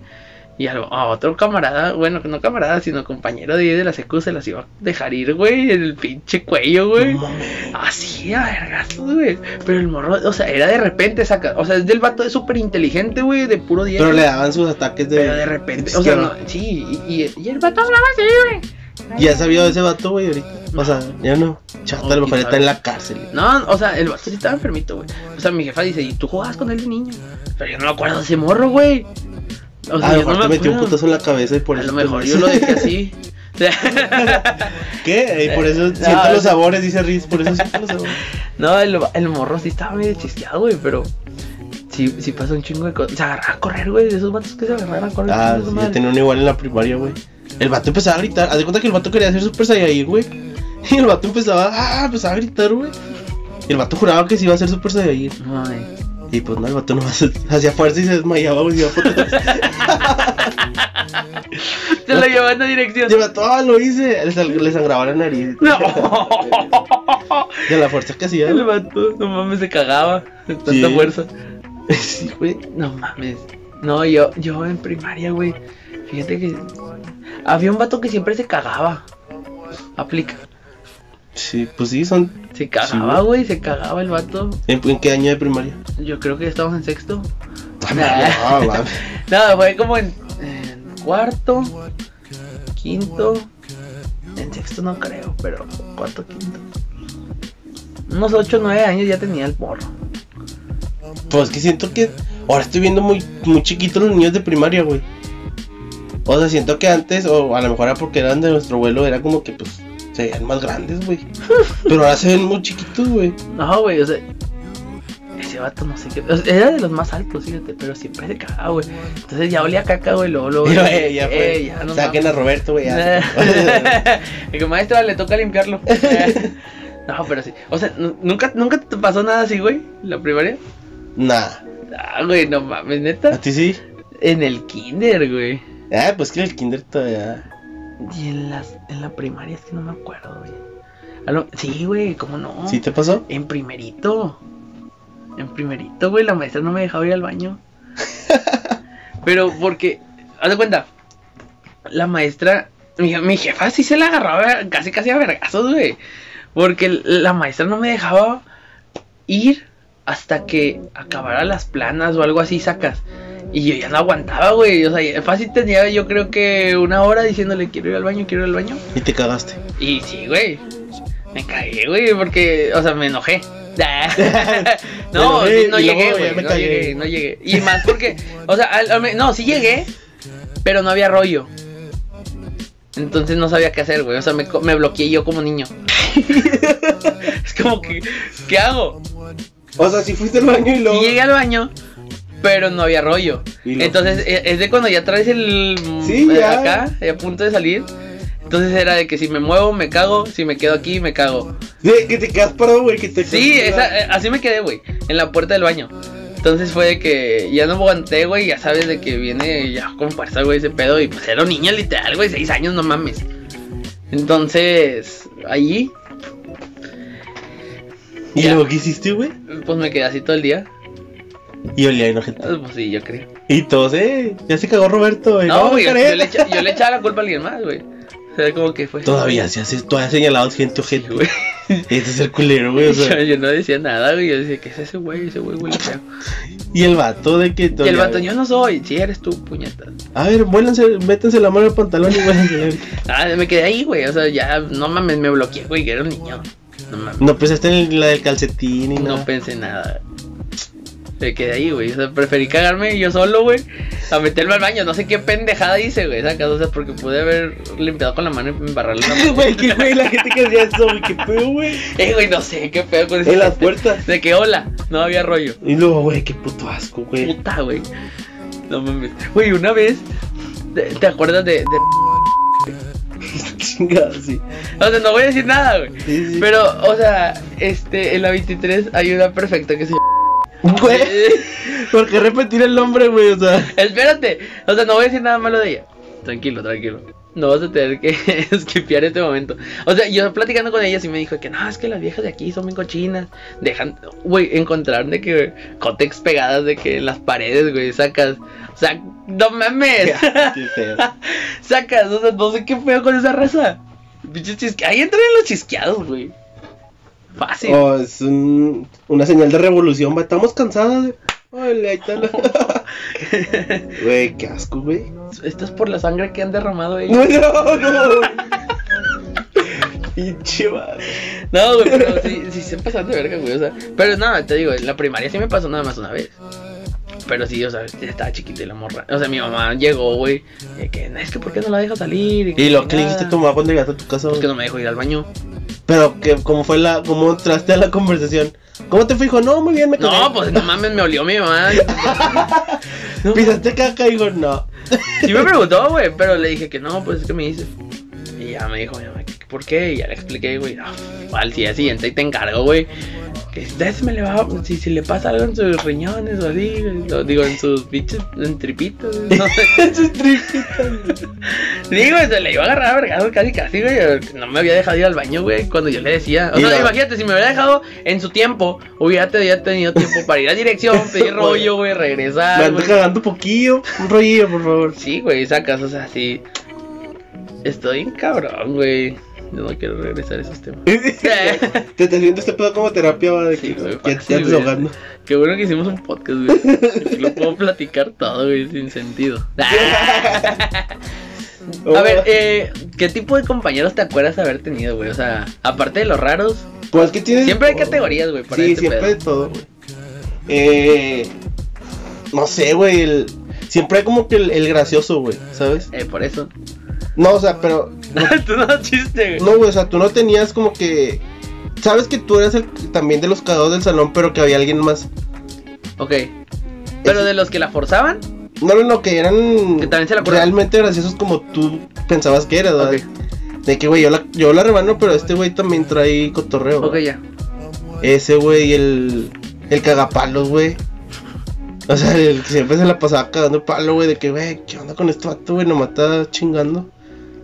Y al- a otro camarada, bueno, no camarada, sino compañero de ahí de la secu se las iba a dejar ir, güey, en el pinche cuello, güey. No mames. Así, a vergazos, güey. Pero el morro, o sea, era de repente saca. O sea, es del vato, es súper inteligente, güey, de puro 10. Pero le daban sus ataques de... Pero de repente, o sea, no, sí, y, y- y el vato hablaba así, güey. Ya sabía de ese vato, güey, ahorita. O sea, ya no. Chata, a lo No, quién mejor está sabe. en la cárcel. No, o sea, el vato sí estaba enfermito, güey. O sea, mi jefa dice, ¿y tú jugabas con él de niño? Pero yo no me acuerdo de ese morro, güey. O a yo lo mejor no te me metió un acuerdo. putazo en la cabeza y por A eso... lo te mejor ves. <laughs> yo lo dejé así. ¿Qué? Y por eso <laughs> Eh, siento no, los sí. sabores, dice Riz. Por eso siento los sabores. <laughs> No, el, el morro sí estaba medio chisteado, güey, pero sí, sí pasó un chingo de cosas. Se agarraba a correr, güey, de esos vatos que se agarraban a correr. Ah, chingo de sí, madre. yo tenía un igual en la primaria, güey. El vato empezaba a gritar. Haz de cuenta que el vato quería hacer Super Saiyajin, güey. <laughs> Y el vato empezaba, ah, empezaba a gritar, güey. Y el vato juraba que se iba a hacer Super Saiyajin. No, güey. <laughs> Y pues no, <laughs> el vato nomás hacía fuerza y se desmayaba, güey. y iba <laughs> por atrás. Te lo llevó en la dirección. Y el vato, ah, lo hice. Le, sang- le sangraba la nariz. <laughs> No. <laughs> De la fuerza que hacía, El güey. vato, no mames, se cagaba de tanta Sí. fuerza. Sí, güey. No mames. No, yo, yo en primaria, güey. Fíjate que había un vato que siempre se cagaba. Aplica. <laughs> Sí, pues sí, son. Se cagaba, Sí, güey, se cagaba el vato. ¿En, en qué año de primaria? Yo creo que estamos en sexto. <laughs> Ah, mames. Nada, fue como en, en cuarto, quinto, en sexto no creo, pero cuarto, quinto. Unos 8 9 años ya tenía el porro. Pues que siento que ahora estoy viendo muy, muy chiquitos los niños de primaria, güey. O sea, siento que antes, o a lo mejor era porque eran de nuestro vuelo, era como que pues se <laughs> veían más grandes, güey. Pero ahora se ven muy chiquitos, güey. No, güey, o sea, es ese vato no sé qué. o sea, Era de los más altos, fíjate, pero siempre de caca, güey. Entonces ya olía a caca, güey. Luego, luego. Mira, eh, <laughs> ya fue. eh, ya no Saquen a Roberto, güey. ya. <laughs> <laughs> y que maestra le toca limpiarlo. no, pero sí. O sea, nu- ¿nunca, ¿nunca te pasó nada así, güey? La primaria. nah. Ah, güey, no mames, ¿A neta. ti sí? En el kinder, güey. Ah, pues que en el kinder todavía. Y en, las, en la primaria es que no me acuerdo, güey. A lo- Sí, güey, ¿cómo no? ¿Sí te pasó? En primerito. En primerito, güey, la maestra no me dejaba ir al baño. Pero porque, haz de cuenta, la maestra, mi, mi jefa sí se la agarraba casi casi a vergazos, güey. Porque l- la maestra no me dejaba ir hasta que acabara las planas o algo así, sacas. Y yo ya no aguantaba, güey. O sea, ya- fácil tenía yo creo que una hora diciéndole quiero ir al baño, quiero ir al baño. Y te cagaste. Y sí, güey. Me cagué, güey, porque, o sea, me enojé. no, <laughs> Me enojé no y llegué, luego ya güey. me No cagué. llegué, no llegué. Y más porque, o sea, al- al men- no, sí llegué, pero no había rollo. Entonces no sabía qué hacer, güey. O sea, me, co- me bloqueé yo como niño. <laughs> es como que, ¿qué hago? O sea, si fuiste al baño y Sí luego. llegué al baño, pero no había rollo. Y luego- Entonces, e- es de cuando ya traes el. mm, Sí, eh, ya. Acá, eh, a punto de salir. Entonces era de que si me muevo, me cago. Si me quedo aquí, me cago. Sí, que te quedas parado, güey. Que te Sí, quedas esa- eh, así me quedé, güey. En la puerta del baño. Entonces fue de que ya no aguanté, güey. Ya sabes de que viene ya con fuerza, güey, ese pedo. Y pues era un niño literal, güey. Seis años, no mames. Entonces, allí, ¿Y Ya. luego qué hiciste, güey? pues me quedé así todo el día. Y olía inocente. Ah, Pues sí, yo creo. Y todos, eh, ya se cagó Roberto, güey. No, güey, yo, Jared. le echa- yo le echaba la culpa a alguien más, güey. O sea, como que fue. Todavía se hace, todavía señalado gente ojete, güey. <laughs> güey. Este es el culero, güey. o sea. yo, yo no decía nada, güey. Yo decía, ¿qué es ese güey? Ese güey huele feo. y el vato de que Y el todavía- vato, yo no soy. Sí, eres tú, puñeta. A ver, vuélanse, métanse la mano al pantalón y vuélanse. <laughs> Ah, me quedé ahí, güey. O sea, ya, no mames, me bloqueé, güey, que era un niño. No mames. No pensaste en el- la del calcetín y No nada. pensé nada. Me quedé ahí, güey. O sea, preferí cagarme yo solo, güey. A meterme al baño. No sé qué pendejada hice, güey. Sacas, o sea, porque pude haber limpiado con la mano y embarrarle <laughs> la <laughs> mano. Güey, qué güey, la gente que hacía eso, güey, qué feo, güey. Eh, güey, no sé qué pedo con ese. En las puertas. De que hola, no había rollo. Y luego, güey, qué puto asco, güey. <laughs> Puta, güey. No mames. Güey, una vez. ¿Te, te acuerdas de, de- Chingada, sí. O sea, no voy a decir nada, güey. Sí, sí. Pero, o sea, este, en la 23 hay una perfecta que se llama. Güey, ¿por qué repetir el nombre, güey? O sea, <laughs> Espérate. O sea, no voy a decir nada malo de ella. Tranquilo, tranquilo. No vas a tener que <laughs> esquipear este momento. O sea, yo platicando con ella sí me dijo que no, es que las viejas de aquí son bien cochinas. Dejan, güey, encontrar de que cotex pegadas de que en las paredes, güey, sacas. O sea, <laughs> no mames. qué feo. <laughs> Sacas, o sea, no sé qué feo con esa raza. Pinches chisque- Ahí entran los chisqueados, güey. Fácil. O oh, es un- una señal de revolución, güey. Estamos cansadas de. Ole, ahí está la- <laughs> Güey, qué asco, güey. <laughs> Esto es por la sangre que han derramado ellos. No, no, no. <laughs> Pinche madre. No, güey, pero sí, sí se pasan de verga, güey. O sea, pero nada, te digo, en la primaria sí me pasó nada más una vez. Pero sí, o sea, estaba chiquita y la morra. O sea, mi mamá llegó, güey. de que, es que ¿por qué no la deja salir? Y lo que que le nada. dijiste a tu mamá cuando llegaste a tu casa, Pues que güey? no me dejó ir al baño. Pero que cómo fue la, cómo entraste a la conversación. ¿Cómo te fue, hijo? No, muy bien, me No, cagué. pues no mames, me olió mi mamá. Pisaste caca, hijo, no. Sí me preguntó, güey, pero le dije que no, pues es que me hice. Y ya me dijo, mi mamá, ¿qué- ¿por qué? Y ya le expliqué, güey, "Ah, al día siguiente te encargo, güey. Que si ustedes me le va, si, si le pasa algo en sus riñones o así, güey, lo- digo, en sus bichos, en tripitos, güey, no sé. <laughs> <laughs> Eso es triste. Digo, se le iba a agarrar a vergazos casi, casi, güey. No me había dejado ir al baño, güey, cuando yo le decía. O Y sea, la- imagínate, si me hubiera dejado en su tiempo, hubiera tenido- tenido tiempo para ir <laughs> a dirección, pedir rollo, güey, Me regresar, ando Ah, güey. cagando poquillo. Un rollillo, por favor. Sí, güey, sacas, o sea, sí. Estoy en cabrón, güey. Yo no quiero regresar a esos <laughs> temas. <laughs> Te estás viendo este pedo como terapia, va, de Sí, que ya güey, te fácil, estás güey. desahogando. Qué bueno que hicimos un podcast, güey. Aquí Lo puedo platicar todo, güey, sin sentido. A Oh, ver, eh, ¿qué tipo de compañeros te acuerdas haber tenido, güey? O sea, aparte de los raros, Pues que tienes. siempre hay categorías, güey, para Sí, este siempre pedo. de todo, güey. Eh. No sé, güey. el- Siempre hay como que el, el gracioso, güey, ¿sabes? Eh, por eso. No, o sea, pero. <laughs> Tú no chiste, güey. No, güey, o sea, tú no tenías como que. Sabes que tú eras el, también de los cagados del salón, pero que había alguien más. Ok. Pero de los que la forzaban, No, no, no, que eran Que también se la acuerda. realmente graciosos como tú pensabas que era, ¿verdad? Ok. De que, güey, yo la, yo la rebano, pero este güey también trae cotorreo. ok, ¿verdad? ya. Ese güey, el, el cagapalos, güey. O sea, el que siempre se la pasaba cagando palo, güey, de que, güey, ¿qué onda con este vato, güey? Nomás está chingando.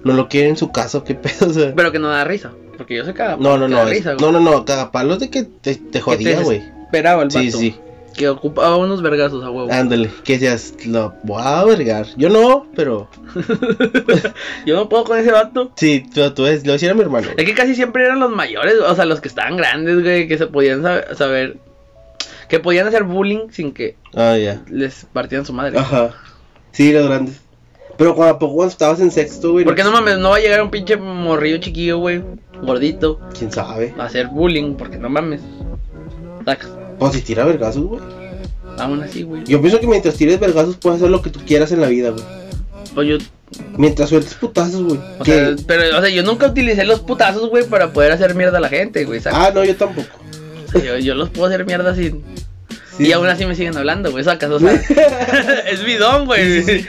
No lo quiere en su casa, qué pedo, o sea. Pero que no da risa. Porque yo sé que No, no, no. Ah, da es- risa, güey. no, no, no. Cagapalos de que te, te Que te jodía, güey. Esperaba el vato. Sí, sí. Que ocupaba unos vergazos a huevo. Ándale. Que seas, lo voy a vergar. Yo no, pero. <laughs> Yo no puedo con ese vato. Sí, tú, tú es, lo hiciera mi hermano. Es que casi siempre eran los mayores, o sea, los que estaban grandes, güey, que se podían sab- saber. Que podían hacer bullying sin que Ah, ya. les partieran su madre. Ajá. Sí, los grandes. Pero cuando a poco cuando estabas en sexto, güey. Porque no mames, no va a llegar un pinche morrillo chiquillo, güey, gordito, ¿Quién sabe? a hacer bullying, porque no mames. Sacas. O Pues si tira vergazos, güey. Aún así, güey. Yo pienso que mientras tires vergazos puedes hacer lo que tú quieras en la vida, güey. Pues yo, Mientras sueltes putazos, güey. o Que- sea, pero, o sea, yo nunca utilicé los putazos, güey, para poder hacer mierda a la gente, güey, sacas. Ah, no, yo tampoco. O sea, yo, yo los puedo hacer mierda sin. Sí. Y aún así me siguen hablando, güey, <laughs> sacas, o sea. <laughs> es bidón, güey.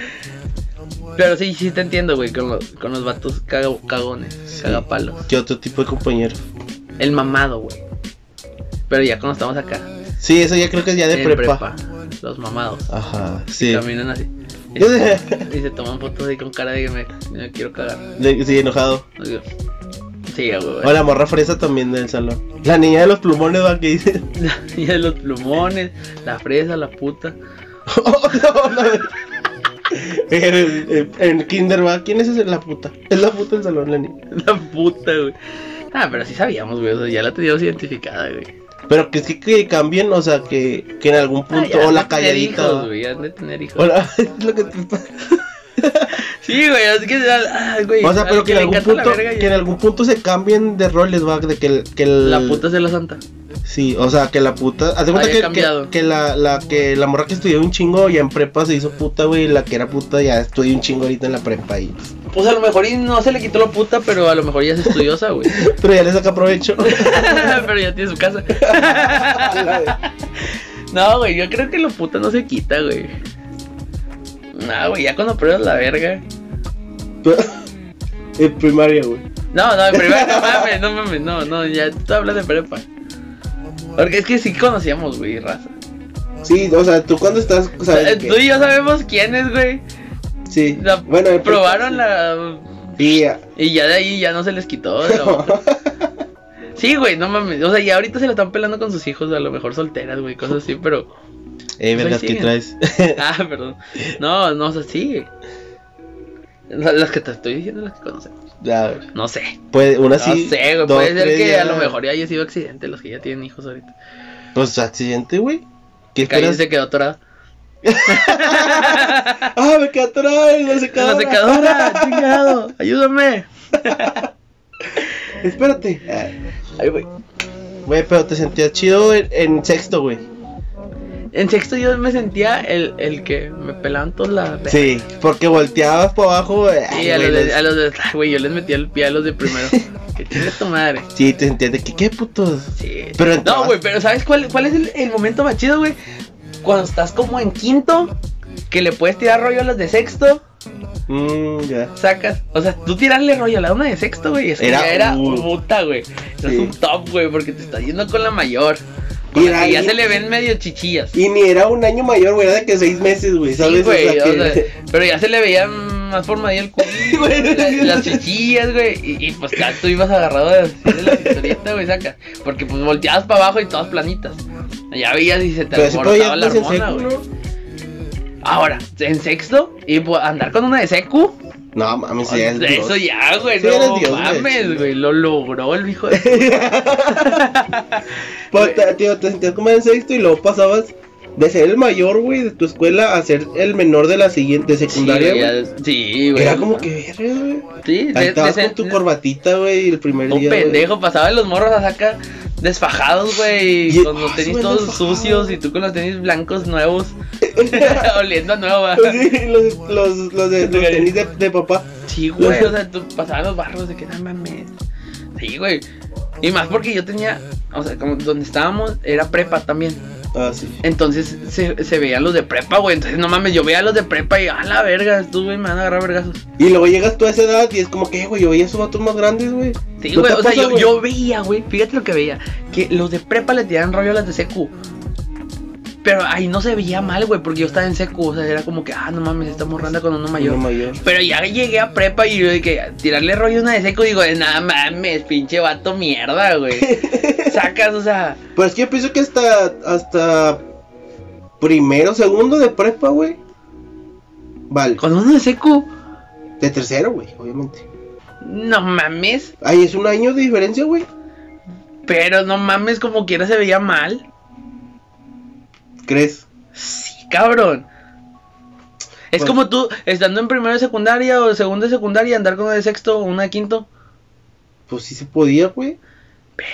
Pero sí, sí te entiendo, güey, con, los- con los vatos caga- cagones, cagapalos. ¿Qué otro tipo de compañero? El mamado, güey. Pero ya cuando estamos acá, Sí, eso ya creo que es ya de en Eh, prepa. los mamados Ajá, sí. caminan así. Y Yo se, sé. y se toman fotos así con cara de que me, me quiero cagar. De- sí, enojado. Digo, Sí, güey. O la morra fresa también del salón. La niña de los plumones, va que dice. <laughs> <laughs> Y de los plumones, la fresa, la puta. <laughs> Oh, no, no. En, en- en Kinder, va. ¿Quién es ese? La puta. Es la puta del salón, la niña. La puta, güey. Ah, pero sí sabíamos, güey. O sea, ya la teníamos identificada, güey. Pero que sí que cambien, o sea, que, que en algún Ah, punto. ya o han la de tener calladita. hijos, va. güey, ya han de tener hijos. O la- <laughs> es lo que te pasa. Sí, güey, es que. ah, güey, O sea, al pero que en le algún encanta la punto, verga, que en ya- algún punto se cambien de roles, va, de que el, que el- La puta es de la santa. Sí, o sea, que la puta, haz de cuenta Haya que- que, cambiado. que la, la que la morra que estudió un chingo ya en prepa se hizo puta, güey, y la que era puta ya estudió un chingo ahorita en la prepa y Pues a lo mejor y no se le quitó la puta, pero a lo mejor ya es estudiosa, güey. pero ya le saca provecho. <laughs> pero ya tiene su casa. No, güey, yo creo que lo puta no se quita, güey. No, güey, ya cuando pruebas la verga. en primaria, güey. No, no, en primer no mames, no mames, no, no, ya tú hablas de prepa. Porque es que sí conocíamos, güey, raza. Sí, o sea, tú cuando estás, O sea, sabes que- Eh, tú y yo sabemos quién es, güey. sí. La- bueno, en prepa, probaron sí. la. Sí, ya. Y ya de ahí ya no se les quitó. <laughs> <laughs> ¿no? Sí, güey, no mames. O sea, ya ahorita se lo están pelando con sus hijos, a lo mejor solteras, güey, cosas así, pero. <laughs> Eh, vergas Sí. que <laughs> traes. Ah, perdón. No, no, o sea, sí. La- Las que te estoy diciendo, las que conocemos. Ya, güey. No sé. puede una No sí. sé, güey. dos, Puede ser tres, que ya. a lo mejor ya haya sido accidente los que ya tienen hijos ahorita. Pues accidente, güey. ¿Qué Calle esperas? se quedó atorada. Ah, me quedé atorado en la ¡En secadora. la secadora! <laughs> ¡Chingado! ¡Ayúdame! Espérate. Ah. Ay, güey. Güey, pero te sentías chido en, en sexto, güey. En sexto yo me sentía el, el que me pelaban todos la... Sí, porque volteabas para abajo. güey. Ay, Sí, a los güey, de... los- A los de ay, güey, yo les metía el pie a los de primero. <laughs> que chingue tu madre. Sí, te sentías de que qué putos. Sí. Pero no, entrabas- güey, pero ¿sabes cuál, cuál es el, el momento más chido, güey? Cuando estás como en quinto, que le puedes tirar rollo a las de sexto, Mm, ya. sacas. O sea, tú tirarle rollo a la una de sexto, güey, eso Era ya era un- puta, güey. Eso es Sí. un top, güey, porque te estás yendo con la mayor. Y, Con la era, que ya y- se le ven medio chichillas. y ni era un año mayor, güey, era de que seis meses, güey, ¿sabes? Sí, O sea, güey, o que- <laughs> sea, pero ya se le veía más formadillo el culo, Güey, la- yo las sé. chichillas, güey, y, y, pues ya tú ibas agarrado de, de la cinturita, güey, saca, porque pues volteabas para abajo y todas planitas, ya veías y se te pero así alborotaba la proyectas en hormona, seco, güey. ¿no? Ahora, en sexto, y pues andar con una de secu, No, mames, sí, es eso Dios. ya, güey, Sí, eres no Dios, güey. mames, güey, lo logró <laughs> el hijo de... Pues, te- tío, te sentías como en sexto y luego pasabas de ser el mayor, güey, de tu escuela a ser el menor de la siguiente, de Sí, secundaria, güey, güey. ya- sí, güey. Era como que, verga, güey. Sí, de- Ahí estabas de- con tu corbatita, güey, el primer Un día. güey. pendejo, pasaban los morros a sacar desfajados, güey, Y- con los ah, tenis sí, todos desfajado. sucios y tú con los tenis <laughs> blancos nuevos, <laughs> oliendo a nueva. <laughs> Sí, los, los, los <laughs> de, los tenis de, de papá. Sí, güey, o sea, tú pasaban los barros de que no mames. Sí, güey. Y más porque yo tenía, o sea, como donde estábamos era prepa también. Ah, sí. Entonces se, se veían los de prepa, güey. Entonces, no mames, yo veía a los de prepa y a la verga, tú, güey, me van a agarrar vergazos. Y luego llegas tú a esa edad y es como que, güey, yo veía esos vatos más grandes, güey. Sí, ¿No güey, te o sea, pasa, yo, güey? yo veía, güey, fíjate lo que veía, que los de prepa le tiraban rollo a las de secu. Pero ahí no se veía mal, güey, porque yo estaba en secu, o sea, era como que, ah, no mames, está morrando con uno mayor. Uno mayor. Pero ya llegué a prepa y yo de que tirarle rollo a una de secu, digo, nada mames, pinche vato mierda, güey. Sacas, o sea, Pero es que yo pienso que hasta, hasta primero, segundo de prepa, güey. Vale, con uno de secu, de tercero, güey, obviamente. no mames, Ahí es un año de diferencia, güey. pero no mames, como quiera se veía mal. ¿Crees? Sí, cabrón. Es Pues- como tú, estando en primero de secundaria o segundo de secundaria, andar con una de sexto o una de quinto. Pues sí se podía, güey.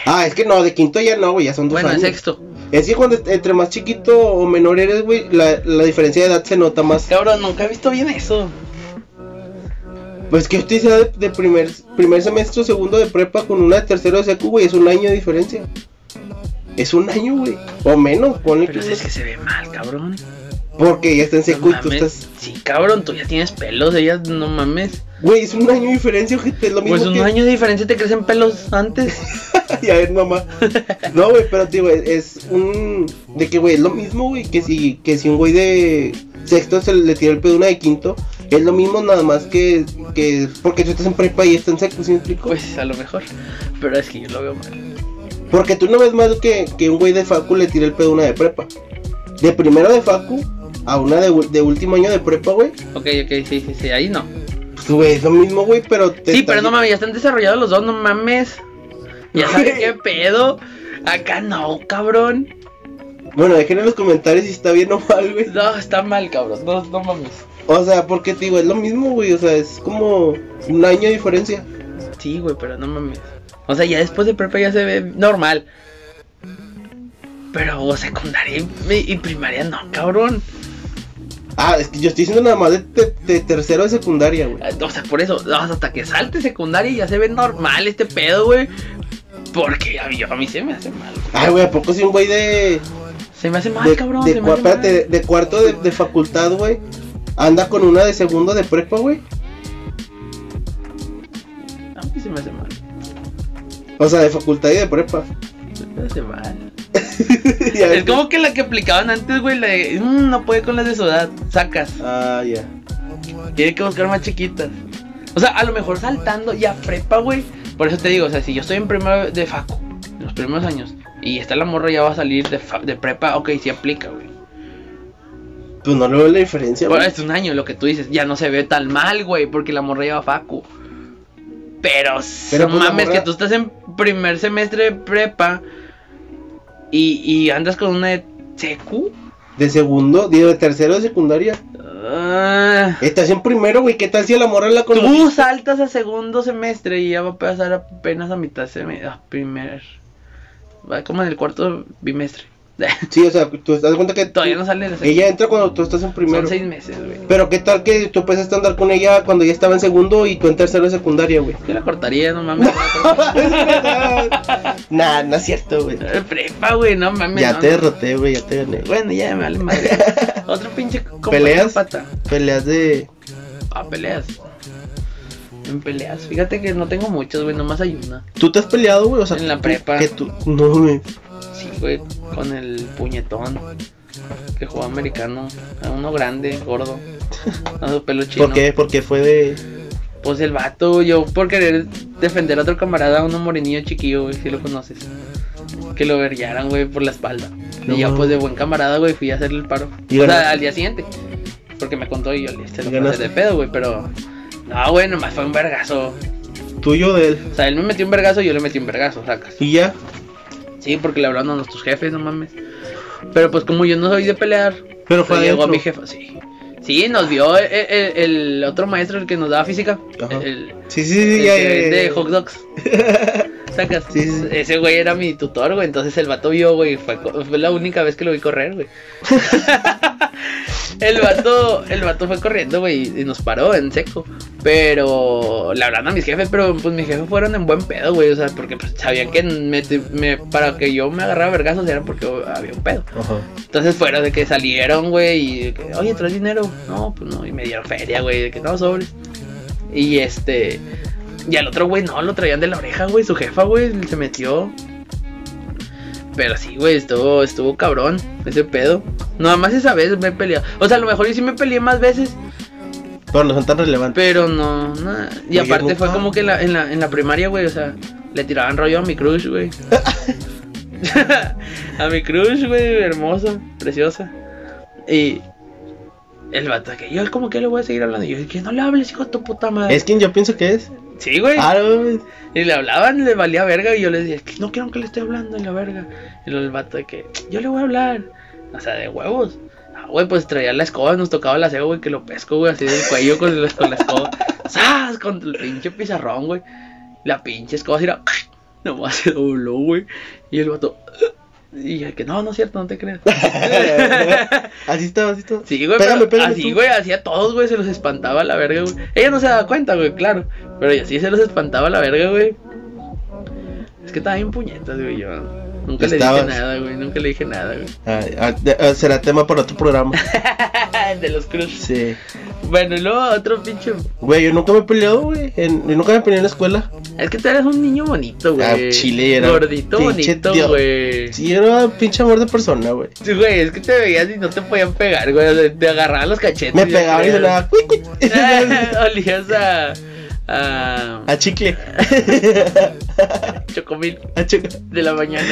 Ah, es que no, de quinto ya no, güey, ya son dos Bueno, de años. sexto. Es que cuando entre más chiquito o menor eres, güey, la, la diferencia de edad se nota más. Cabrón, nunca he visto bien eso. Pues que usted sea de, de primer, primer semestre o segundo de prepa con una de tercero de secu, güey, es un año de diferencia. Es un año, güey. O menos, ponle Pero que- es que se ve mal, cabrón. Porque ya está en secu No y tú mames. estás. Sí, cabrón, tú ya tienes pelos, ellas no mames. Güey, es un año de diferencia, gente. Es lo mismo Pues un que. <laughs> año de diferencia te crecen pelos antes. <laughs> y a ver, mamá. No, güey, pero tío, güey, es un. De que, güey, es lo mismo, güey. Que si, que si un güey de sexto se le tira el pedo a una de quinto, es lo mismo, nada más que. que porque tú estás en prepa y estás en secu, ¿sí me explico? Pues a lo mejor. Pero es que yo lo veo mal. Porque tú no ves más que, que un güey de facu le tira el pedo a una de prepa. De primero de facu a una de, ul- de último año de prepa, güey. Ok, ok, sí, sí, sí, ahí no. Pues, güey, es lo mismo, güey, pero. te Sí, está- pero no mames, ya están desarrollados los dos, no mames. Ya <laughs> sabes qué pedo. Acá no, cabrón. Bueno, dejen en los comentarios si está bien o mal, güey. <laughs> No, está mal, cabrón. No, no mames. O sea, porque te digo, es lo mismo, güey. O sea, es como un año de diferencia. Sí, güey, pero no mames. O sea, ya después de prepa ya se ve normal. Pero secundaria y, y primaria no, cabrón. Ah, es que yo estoy diciendo nada más de, te- de tercero de secundaria, güey. Ah, O sea, por eso, o sea, hasta que salte secundaria ya se ve normal este pedo, güey. Porque a mí, a mí se me hace mal. güey. Ay, güey, ¿a poco si un güey de. Se me hace mal, Ah, de, cabrón. de se me cua- hace mal. espérate, de- de cuarto de, de facultad, güey. Anda con una de segundo de prepa, güey. A mí se me hace mal. O sea, de facultad y de prepa. <laughs> Se me hace mal. Ya Es ves. como que la que aplicaban antes, güey, la de, "Mm, no puede con las de su edad, sacas. Ah, ya. Tiene que buscar más chiquitas. O sea, a lo mejor saltando ya prepa, güey. Por eso te digo, o sea, si yo estoy en primero de facu, en los primeros años, y está la morra ya va a salir de, fa- de prepa, ok, sí aplica, güey. Pues no le veo la diferencia, Bueno, güey. es un año lo que tú dices, ya no se ve tan mal, güey, porque la morra ya va a facu. Pero, Pero, no pues, la mames, morra- que tú estás en primer semestre de prepa y, y andas con una de secu. De segundo, digo, de tercero de secundaria. Ah. Estás en primero, güey. ¿Qué tal si a la morra la conoces? Tú saltas a segundo semestre y ya va a pasar apenas a mitad semestre. A primer. Va como en el cuarto bimestre. <laughs> Sí, o sea, tú te das cuenta que. tú- Todavía no sale la Ella entra cuando tú estás en primero. Son seis meses, güey. Pero qué tal que tú empezaste a andar con ella cuando ya estaba en segundo y tú en tercero de secundaria, <laughs> güey. Yo la cortaría, no mames. la cortaría. nah, no es cierto, güey. Eh, Prepa, güey, no mames. Ya no, te no. derroté, güey, ya te gané. Bueno, ya me <laughs> vale madre. Otro pinche compañero ¿Peleas? pata. Peleas de. Ah, peleas. En peleas. Fíjate que no tengo muchas, güey. Nomás hay una. ¿Tú te has peleado, güey? O sea, En la tú- prepa. Que tú... No, güey. Sí, güey. Con el puñetón. Que jugó americano. A uno grande, gordo. <laughs> A su pelo chino. ¿Por qué? Porque fue de. Pues el vato, yo por querer defender a otro camarada, a uno morenillo chiquillo, güey, si lo conoces. Que lo verguearan, güey, por la espalda. No y ya, mames. pues de buen camarada, güey, fui a hacerle el paro. Y o ganaste. sea, al día siguiente. Porque me contó y yo le se Y lo ganaste. pasé de pedo, güey, pero. No, güey, nomás fue un vergazo. tuyo de él. O sea, él me metió un vergazo y yo le metí un vergazo, sacas. Y ya. Sí, porque le hablaron a nuestros jefes, no mames. Pero pues como yo no soy de pelear, pues, Pero fue llegó a adentro. mi jefa, sí. Sí, nos vio el, el- el otro maestro, el que nos daba física. Ajá. el- Sí, sí, sí, el ya, que <laughs> ya, ya, vende ya. hot dogs. Sacas. Sí, sí, sí. Ese güey era mi tutor, güey. Entonces el vato vio, güey. Fue, co- fue la única vez que lo vi <laughs> correr, güey. el vato, el vato fue corriendo, güey, y nos paró en seco. Pero le hablaron a mis jefes, pero pues mis jefes fueron en buen pedo, güey. O sea, porque pues, sabían que me, me- para que yo me agarrara a vergazos era porque había un pedo. Ajá. Entonces fueron de que salieron, güey, y de que, oye, ¿traes dinero? No, pues no, y me dieron feria, güey, de que no, sobres. Y este, y al otro, güey, no, lo traían de la oreja, güey, su jefa, güey, se metió. Pero sí, güey, estuvo, estuvo cabrón ese pedo. Nada más esa vez me he peleado. O sea, a lo mejor yo sí me peleé más veces, Pero no son tan relevantes. pero no, nada. Y Oye, aparte fue compa. como que en la, en la, en la primaria, güey, o sea, le tiraban rollo a mi crush, güey. <laughs> a mi crush, güey, hermosa, preciosa. Y el vato de que yo como que le voy a seguir hablando. Y yo, que no le hables, hijo de tu puta madre. ¿Es quien yo pienso que es? Sí, güey. Ah, no, <laughs> mames. Y le hablaban, le valía verga. Y yo les decía, que no quiero que le esté hablando en la verga. Y luego el vato de que, yo le voy a hablar. O sea, de huevos. Ah, güey, pues traía la escoba, nos tocaba la ceba, güey, que lo pesco, güey, así del cuello con, la- con la escoba. ¡Sas! Con el pinche pizarrón, güey. La pinche escoba así era. <laughs> Nomás se dobló, güey. Y el vato. <laughs> Y yo de que no, no es cierto, no te creas. así estaba, así estaba. Sí, güey, Pégame, pero pégame así, tú. güey, hacía todos, güey, se los espantaba la verga, güey. Ella no se daba cuenta, güey, claro. Pero ella sí se los espantaba la verga, güey. Es que estaba bien puñetas, güey, yo. Nunca le dije Estabas. nada, güey, nunca le dije nada, güey. <laughs> Ah, ah, de- ah, será tema para otro programa. De los crushes. Sí. Bueno, y luego otro pinche. Güey, yo nunca me he peleado, güey. En- Yo nunca me peleé en la escuela. Es que tú eres un niño bonito, güey. Ah, chile, era Gordito, pinche bonito, tío. güey. Sí, era un pinche amor de persona, güey. Sí, güey, es que te veías y no te podían pegar, güey. o sea, Te agarraban los cachetes. Me y pegaba y te- se le daba cuic, cuic. <laughs> Olías a. a. A chicle. <laughs> Chocomil A chicle. de <laughs> la mañana.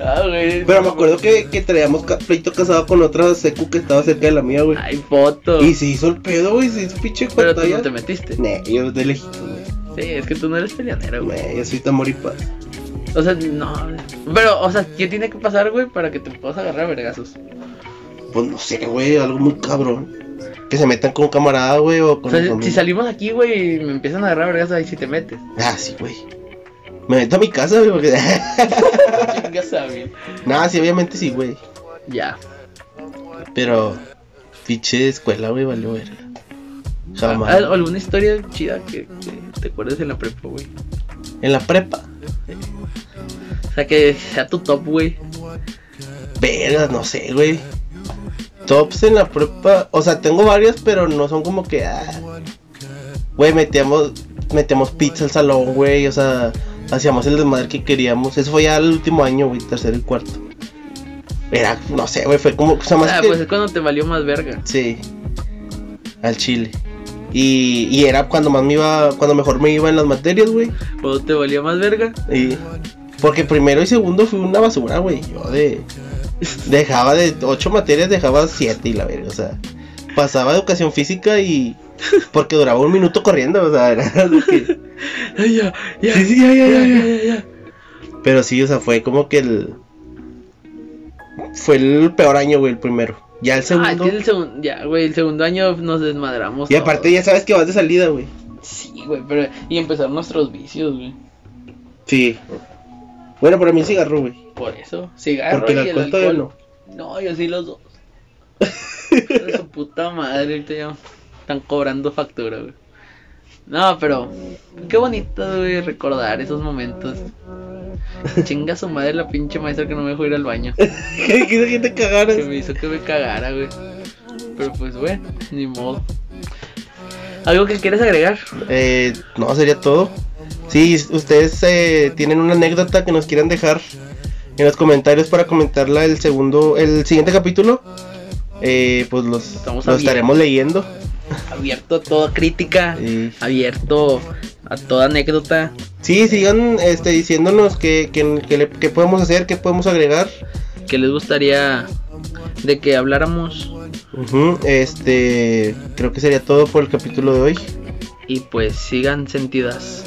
Ah, güey. Pero me acuerdo que, que traíamos ca- pleito casado con otra secu que estaba cerca de la mía, güey. Hay fotos. Y se hizo el pedo, güey. Se hizo pinche Pero tú batalla. no te metiste. Nah, yo de lejitos, güey. Sí, es que tú no eres peleonero, güey. Nah, Yo soy tan moripaz. O sea, no. Pero, o sea, ¿qué tiene que pasar, güey, para que te puedas agarrar a vergazos? Pues no sé, güey. Algo muy cabrón. Que se metan con un camarada, güey. O O con sea, un amigo. si salimos aquí, güey, y me empiezan a agarrar a vergazos ahí si <laughs> te metes. Ah, sí, güey. Me meto a mi casa, güey. Porque... <laughs> Chingas a mí. nah, sí, obviamente sí, güey. Ya. Pero. Pinche escuela, güey. Vale, güey. Jamás. ¿Al- ¿Alguna historia chida que, que te acuerdes en la prepa, güey? En la prepa. O sea, que sea tu top, güey. Vergas, no sé, güey. Tops en la prepa. O sea, tengo varios, pero no son como que. ah. Güey, metíamos, metíamos pizza al salón, güey. O sea, hacíamos el desmadre que queríamos. Eso fue ya el último año, güey, tercero y cuarto. Era, no sé, güey, fue como. O sea, más Ah, que- pues es cuando te valió más verga. Sí. Al chile. Y, y era cuando más me iba. Cuando mejor me iba en las materias, güey. Cuando te valió más verga. Y- porque primero y segundo fui una basura, güey. Yo de. Dejaba de ocho materias, dejaba siete y la verga, o sea. Pasaba educación física y. Porque duraba un minuto corriendo, o sea, era de que- Ay, ya, ya. Sí, sí, ya, ya, ya, ya, ya. Pero sí, o sea, fue como que el. Fue el peor año, güey, el primero. Ya el Ah, es segundo. que el segundo, ya, güey, el segundo año nos desmadramos. Y aparte, ya sabes que vas de salida, güey. todos. Sí, güey, pero. Y empezaron nuestros vicios, güey. Sí. Bueno, para mí el cigarro, güey. <laughs> Por eso. Cigarro Porque el y el alcohol todavía alcohol. no. No, yo sí <laughs> los dos. De su puta madre, ahorita ya están cobrando factura, güey. No, pero qué bonito, güey, recordar esos momentos. Chinga su madre la pinche maestra que no me dejó ir al baño. Que quiso que te cagaras. Que me hizo que me cagara, güey. Pero pues, bueno, ni modo. ¿Algo que quieres agregar? Eh, no, sería todo. Si ustedes eh, tienen una anécdota que nos quieran dejar en los comentarios para comentarla el segundo, el siguiente capítulo, eh, pues los, los Estamos abiertos. estaremos leyendo. Abierto a toda crítica, Y- abierto a toda anécdota. sí, sigan este, diciéndonos qué que, podemos hacer, qué podemos agregar. que les gustaría de que habláramos? Ujú, este, creo que sería todo por el capítulo de hoy. Y pues sigan sentidas.